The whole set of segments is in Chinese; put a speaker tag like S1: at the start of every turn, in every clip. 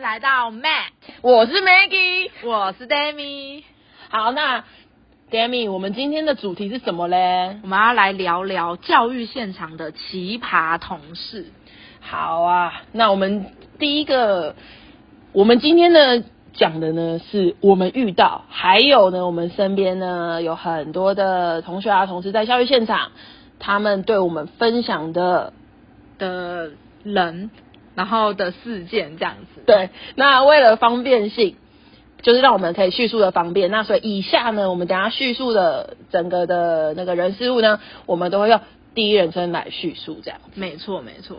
S1: 来到 Matt，
S2: 我是 Maggie。
S1: 我是 Demi，
S2: 好，那 Demi，我们今天的主题是什么嘞？
S1: 我们要来聊聊教育现场的奇葩同事。
S2: 好啊，那我们第一个，我们今天呢讲的呢是我们遇到，还有呢我们身边呢有很多的同学啊同事在教育现场，他们对我们分享的
S1: 的人，然后的事件这样子。
S2: 对，那为了方便性，就是让我们可以叙述的方便。那所以以下呢，我们等一下叙述的整个的那个人事物呢，我们都会用第一人称来叙述，这样。
S1: 没错，没错。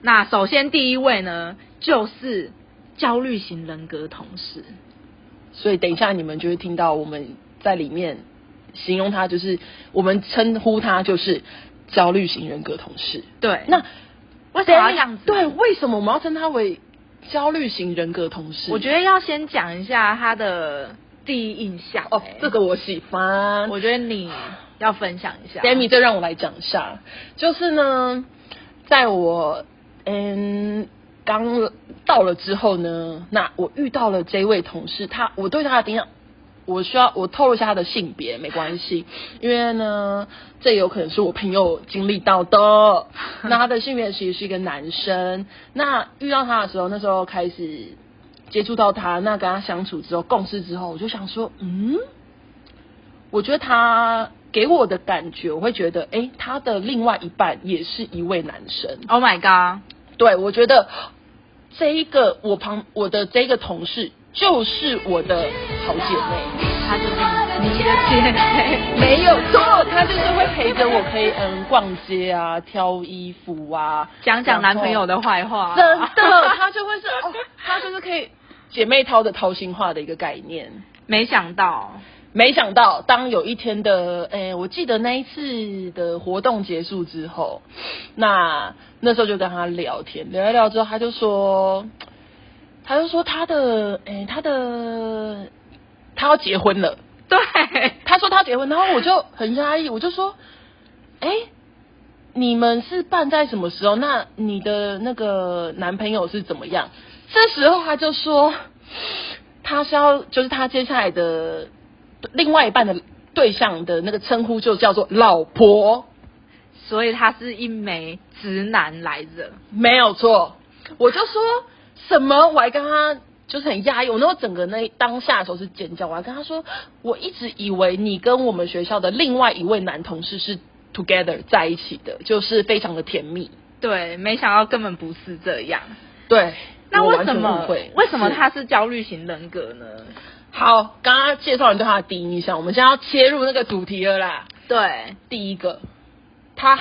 S1: 那首先第一位呢，就是焦虑型人格同事。
S2: 所以等一下你们就会听到我们在里面形容他，就是我们称呼他就是焦虑型人格同事。
S1: 对，
S2: 那
S1: 为什么要
S2: Danny-
S1: 这样子
S2: 对，为什么我们要称他为焦虑型人格同事？
S1: 我觉
S2: 得
S1: 得要先讲一下他的第一印象、
S2: 哦
S1: 欸，
S2: 这个我喜欢。
S1: 我觉得你要分享一下。
S2: Demi，这让我来讲一下，就是呢，在我嗯刚到了之后呢，那我遇到了这位同事，他我对他的印象，我需要我透露一下他的性别没关系，因为呢，这有可能是我朋友经历到的。那他的性别其实是一个男生，那遇到他的时候，那时候开始接触到他，那跟他相处之后共事之后，我就想说，嗯。我觉得他给我的感觉，我会觉得，诶，他的另外一半也是一位男生。
S1: Oh my god！
S2: 对，我觉得这一个我旁我的这个同事就是我的好姐妹，
S1: 他就是你的姐妹，
S2: 没有错，她就是会陪着我，可以嗯逛街啊，挑衣服啊，
S1: 讲讲男朋友
S2: 的，
S1: 的坏话。
S2: 真的，她就会是哦，她就是可以姐妹掏的掏心话的一个概念。
S1: 没想到，
S2: 没想到，当有一天的，诶、我记得那一次的活动结束之后，那那时候就跟他聊天，聊一聊之后，他就说，他就说他的，诶、他的，他要结婚了，
S1: 对，
S2: 他说他要结婚，然后我就很压抑，我就说，诶、你们是办在什么时候？那你的那个男朋友是怎么样？这时候他就说，他是要就是他接下来的另外一半的对象的那个称呼就叫做老婆，
S1: 所以他是一枚直男来着。
S2: 没有错。我就说什么，我还跟他就是很压抑，我那时候整个那当下的时候是尖叫，我啊还跟他说，我一直以为你跟我们学校的另外一位男同事是 together 在一起的，就是非常的甜蜜。
S1: 对，没想到根本不是这样。
S2: 对，
S1: 那
S2: 我
S1: 为
S2: 完
S1: 什
S2: 全
S1: 么
S2: 误会
S1: 为什么
S2: 是
S1: 他是焦虑型人格呢？
S2: 好？刚刚介绍完对他的第一印象，我们现在要切入那个主题了啦。
S1: 对，
S2: 第一个，他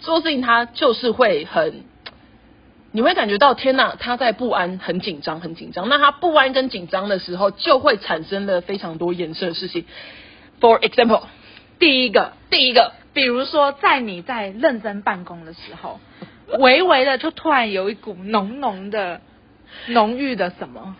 S2: 做事情他就是会很，你会感觉到天呐，他在不安、很紧张、很紧张。那他不安跟紧张的时候，就会产生了非常多延伸的事情。For example，
S1: 第一个，
S2: 第一个，
S1: 比如说在你在认真办公的时 候，微微的就突然有一股浓浓的、浓郁的什么？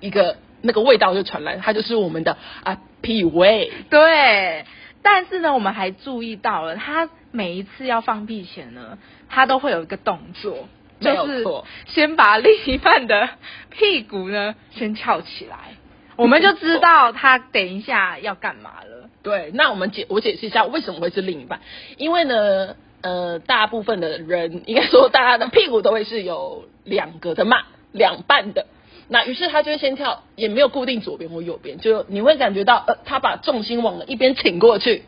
S2: 一个那个味道就传来，他就是我们的啊屁味。
S1: 对。但是呢，我们还注意到了，他每一次要放屁前呢，他都会有一个动作，
S2: 没有
S1: 就是
S2: 错
S1: 先把另一半的屁股呢先翘起来，我们就知道他等一下要干嘛了。
S2: 对，那我们解我解释一下为什么会是另一半，因为呢，呃，大部分的人应该说大家的屁股都会是有两个的嘛，两半的。那于是他就会先跳，也没有固定左边或右边，就你会感觉到，呃，他把重心往了一边倾过去。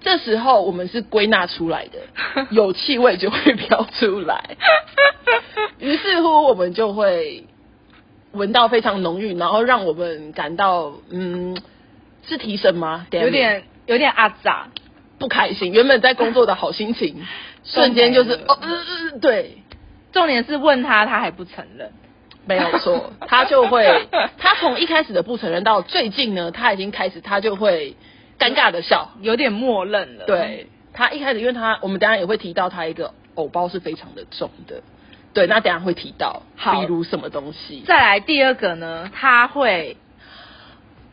S2: 这时候我们是归纳出来的， 有气味就会飘出来。于是乎，我们就会闻到非常浓郁，然后让我们感到，嗯，是提神吗？
S1: 有点有点阿杂，
S2: 不开心，原本在工作的好 心情，瞬间就
S1: 都
S2: 是
S1: 没了
S2: 哦，嗯嗯，对，
S1: 重点是问他，他还不承认。
S2: 没有 错，他就会，他从一开始的不承认到最近呢，他已经开始，他就会尴尬的笑，
S1: 有点默认了。，
S2: 对他一开始，因为他我们等一下也会提到他一个偶包是非常的重的，对，那等一下会提到，
S1: 好
S2: 比如什么东西，
S1: 再来第二个呢，他会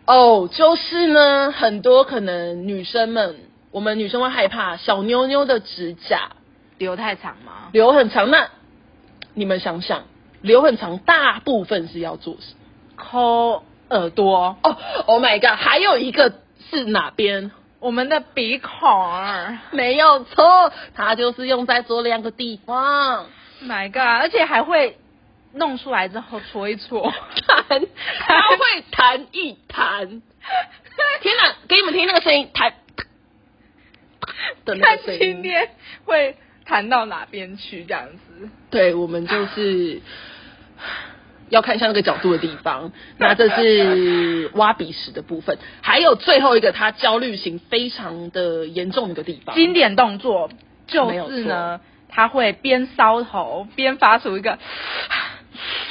S2: 哦，就是呢，很多可能女生们，我们女生会害怕小妞妞的指甲
S1: 留太长吗？
S2: 留很长，那你们想想，刘很长大部分是要做什么？
S1: 抠耳朵，
S2: 哦，Oh my god，还有一个是哪边？
S1: 我们的鼻孔儿
S2: 没有错，它就是用在这两个地 方。
S1: ？Oh ，My God，而且还会弄出来之后搓一搓，
S2: 弹，它会弹一弹。天哪，给你们听那个声音，弹 的那
S1: 看
S2: 个声
S1: 今
S2: 音。
S1: 天会弹到哪边去这样子。
S2: 对，我们就是要看一下那个角度的地方。那这是挖鼻屎的部分，还有最后一个，他焦虑型非常的严重的一个地方。
S1: 经典动作就
S2: 没有
S1: 是
S2: 错
S1: 呢，他会边搔头边发出一个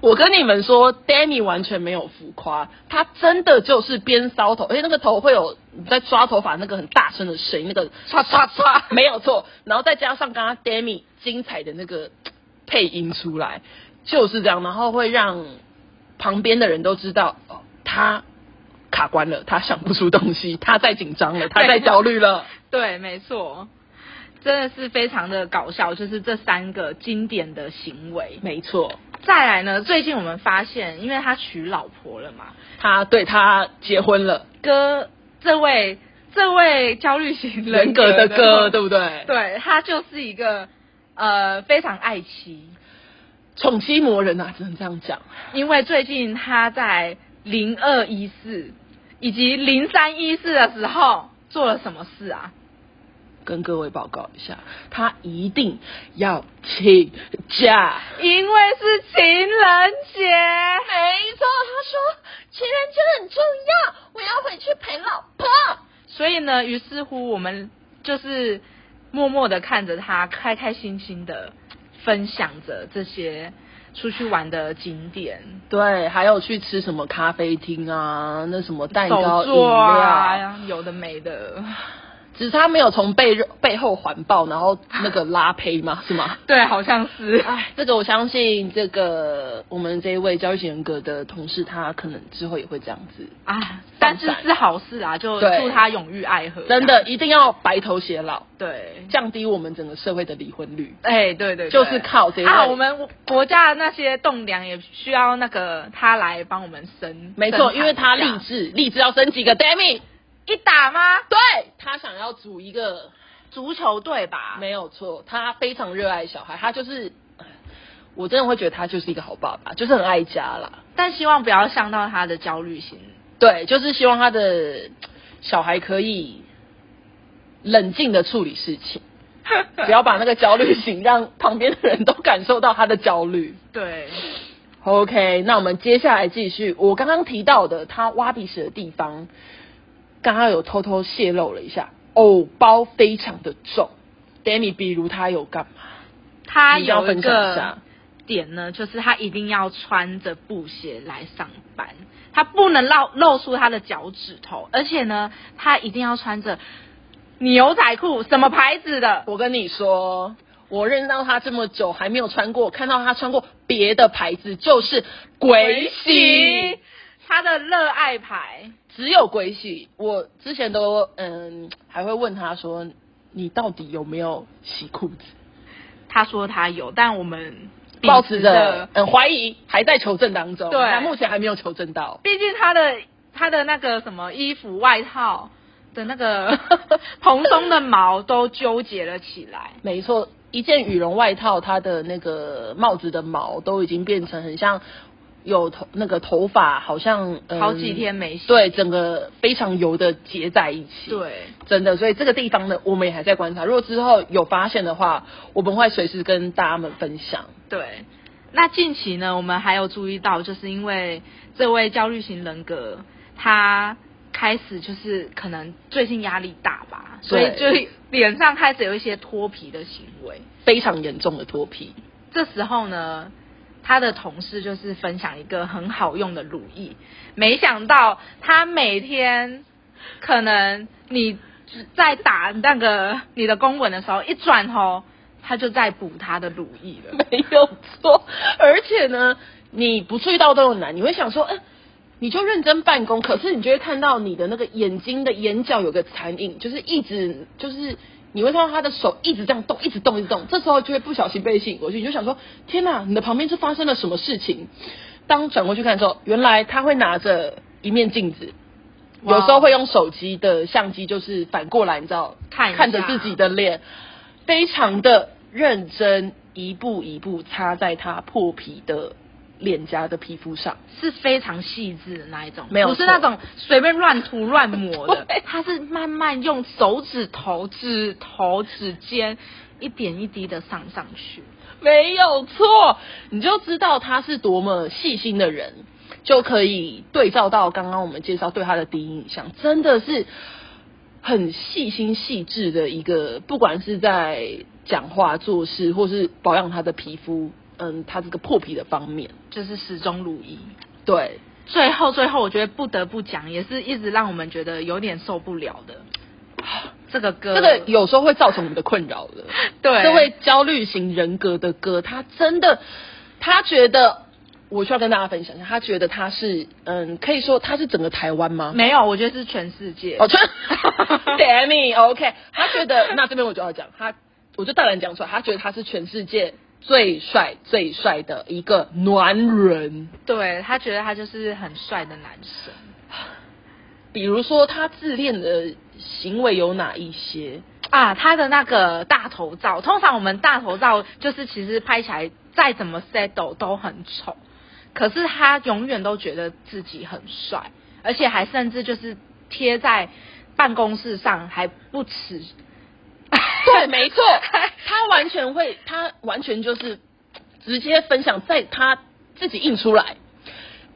S2: 我跟你们说，Danny 完全没有浮夸，他真的就是边搔头，而且那个头会有你在抓头发那个很大声的声音，那个
S1: 唰唰唰
S2: 没有错，然后再加上刚刚 Danny 精彩的那个嘖配音出来，就是这样，然后会让旁边的人都知道，哦，他卡关了，他想不出东西，他在紧张了，他在焦虑了。
S1: 对，没错，真的是非常的搞笑，就是这三个经典的行为。
S2: 没错，
S1: 再来呢，最近我们发现，因为他娶老婆了嘛，
S2: 他对他结婚了，
S1: 哥这位这位焦虑型
S2: 人格的歌，对不对？
S1: 对他就是一个呃非常爱妻，
S2: 宠妻魔人啊，只能这样讲。
S1: 因为最近他在零二一四以及零三一四的时候做了什么事啊？
S2: 跟各位报告一下，他一定要请假。
S1: 因为是情人节，
S2: 没错，他说情人节很重要，我要回去陪老婆。
S1: 所以呢，于是乎我们就是默默的看着他开开心心的分享着这些出去玩的景点，
S2: 对，还有去吃什么咖啡厅啊，那什么蛋糕、
S1: 手
S2: 饮料，
S1: 作啊，有的没的。
S2: 只是他没有从背背后环抱，然后那个拉胚嘛， 是吗？
S1: 对，好像是。
S2: 哎，这个我相信，这个我们这一位教育型人格的同事，他可能之后也会这样子。
S1: 啊，但是是好事啊，就
S2: 哎对
S1: 祝他永浴爱河。啊
S2: 真的，一定要白头偕老，
S1: 对，
S2: 降低我们整个社会的离婚率。
S1: 哎，对对，对
S2: 就是靠这一位
S1: 啊，我们国家的那些栋梁也需要那个他来帮我们生。
S2: 没错，
S1: 生产
S2: 因为他
S1: 一下
S2: 立志，立志要生几个 d a m i
S1: 一打吗？
S2: 对他想要组一个，
S1: 足球队吧？
S2: 没有错，他非常热爱小孩，他就是，我真的会觉得他就是一个好爸爸，就是很爱家啦。
S1: 但希望不要伤到他的焦虑型。
S2: 对，就是希望他的小孩可以冷静的处理事 情，不要把那个焦虑型让旁边的人都感受到他的焦虑。
S1: 对，
S2: OK，那我们接下来继续。我刚刚提到的他挖鼻屎的地方，刚刚有偷偷泄露了一下，藕包非常的重。Danny，比如他有干嘛？
S1: 他
S2: 你要
S1: 有一
S2: 分享一下
S1: 个点呢，就是他一定要穿着布鞋来上班，他不能露露出他的脚趾头，而且呢，他一定要穿着牛仔裤，什么牌子的？
S2: 我跟你说，我认识到他这么久还没有穿过，看到他穿过别的牌子，就是鬼洗，，
S1: 他的热爱牌。
S2: 只有鬼洗。我之前都嗯，还会问他说，你到底有没有洗裤子？
S1: 他说他有，但我们秉
S2: 抱持着
S1: 着，
S2: 嗯怀疑，还在求证当中，
S1: 对
S2: 但目前还没有求证到。
S1: 毕竟他的他的那个什么衣服、外套的那个 蓬松的毛都纠结了起来。
S2: 没错，一件羽绒外套，它的那个帽子的毛都已经变成很像有头那个头发，好像、嗯、
S1: 好几天没洗
S2: 对，整个非常油的结在一起。，
S1: 对，
S2: 真的，所以这个地方呢，我们也还在观察。如果之后有发现的话，我们会随时跟大家们分享。
S1: 对，那近期呢，我们还有注意到，就是因为这位焦虑型人格，他开始就是可能最近压力大吧，所以就
S2: 对
S1: 脸上开始有一些脱皮的行为。
S2: 非常严重的脱皮，
S1: 这时候呢，他的同事就是分享一个很好用的乳液，没想到他每天可能你在打那个你的公文的时候，一转头他就在补他的乳液了。
S2: 没有错。而且呢，你不注意到都有难，你会想说，嗯、你就认真办公，可是你就会看到你的那个眼睛的眼角有个残影，就是一直就是你会看到他的手一直这样动，一直动，一直动，这时候就会不小心被吸引过去，你就想说：天哪，你的旁边是发生了什么事情？当转过去看的时候，原来他会拿着一面镜子，
S1: 哇
S2: 有时候会用手机的相机，就是反过来，你知道，
S1: 看一下
S2: 看着自己的脸，非常的认真，一步一步擦在他破皮的脸颊的皮肤上。
S1: 是非常细致的那一种，
S2: 没有
S1: 不是
S2: 错
S1: 那种随便乱涂乱抹的
S2: 对，
S1: 它是慢慢用手指头、指头、指尖一点一滴的上上去。
S2: 没有错，你就知道他是多么细心的人，就可以对照到刚刚我们介绍对他的第一印象，真的是很细心细致的一个，不管是在讲话、做事，或是保养他的皮肤，嗯，他这个破皮的方面，
S1: 就是始终如一。
S2: 对，
S1: 最后，最后，我觉得不得不讲，也是一直让我们觉得有点受不了 的。这个歌，
S2: 这个有时候会造成我们的困扰的。
S1: 对
S2: 这位焦虑型人格的歌，他真的，他觉得。我需要跟大家分享一下，他觉得他是，嗯，可以说他是整个台湾吗？
S1: 没有，我觉得是全世界。
S2: 哦，穿，Damn me，OK，、他觉得那这边我就要讲，他我就当然讲出来，他觉得他是全世界最帅最帅的一个男人。
S1: 对他觉得他就是很帅的男生，
S2: 比如说他自恋的行为有哪一些？
S1: 啊，他的那个大头照，通常我们大头照就是其实拍起来再怎么 settle 都很丑，可是他永远都觉得自己很帅，而且还甚至就是贴在办公室上还不耻。
S2: 对，没错，他完全会，他完全就是直接分享在他自己印出来，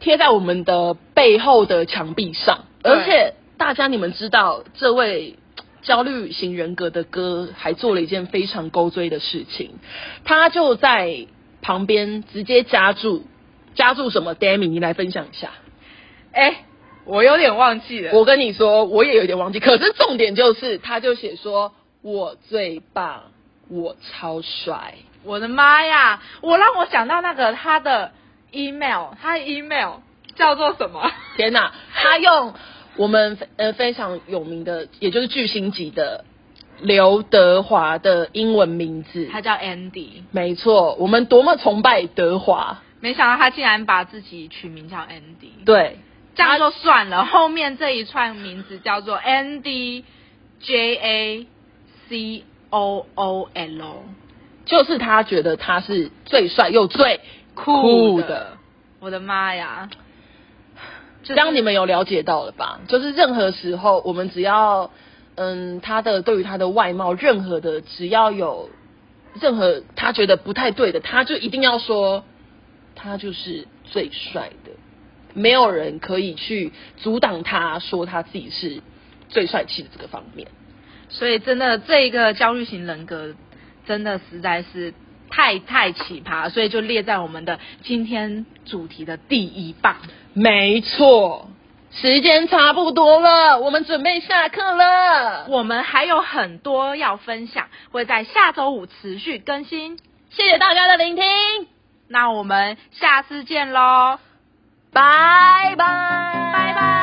S2: 贴在我们的背后的墙壁上。
S1: 对
S2: 而且大家你们知道，这位焦虑型人格的哥还做了一件非常勾追的事情，他就在旁边直接加注加注什么 d a m i 你来分享一下。
S1: 哎、我有点忘记了。
S2: 我跟你说，我也有点忘记，可是重点就是，他就写说我最棒，我超帅。
S1: 我的妈呀！我让我想到那个他的 email，他的 email 叫做什 么？
S2: 天呐，他用我们呃非常有名的，也就是巨星级的刘德华的英文名字。
S1: 他叫 Andy。
S2: 没错，我们多么崇拜德华，
S1: 没想到他竟然把自己取名叫 Andy，
S2: 对，
S1: 这样就算了。后面这一串名字叫做 Andy J A C O O L，
S2: 就是他觉得他是最帅又最酷
S1: 酷
S2: 的。
S1: 的。我的妈呀！就
S2: 这
S1: 是
S2: 样你们有了解到了吧？就是任何时候，我们只要嗯，他的对于他的外貌，任何的只要有任何他觉得不太对的，他就一定要说他就是最帅的，没有人可以去阻挡他说他自己是最帅气的这个方面。
S1: 所以真的这个焦虑型人格真的实在是太太奇葩，所以就列在我们的今天主题的第一棒。
S2: 没错，时间差不多了，我们准备下课了。
S1: 我们还有很多要分享，会在下周五持续更新。
S2: 谢谢大家的聆听，
S1: 那我们下次见喽，
S2: 拜拜，
S1: 拜拜。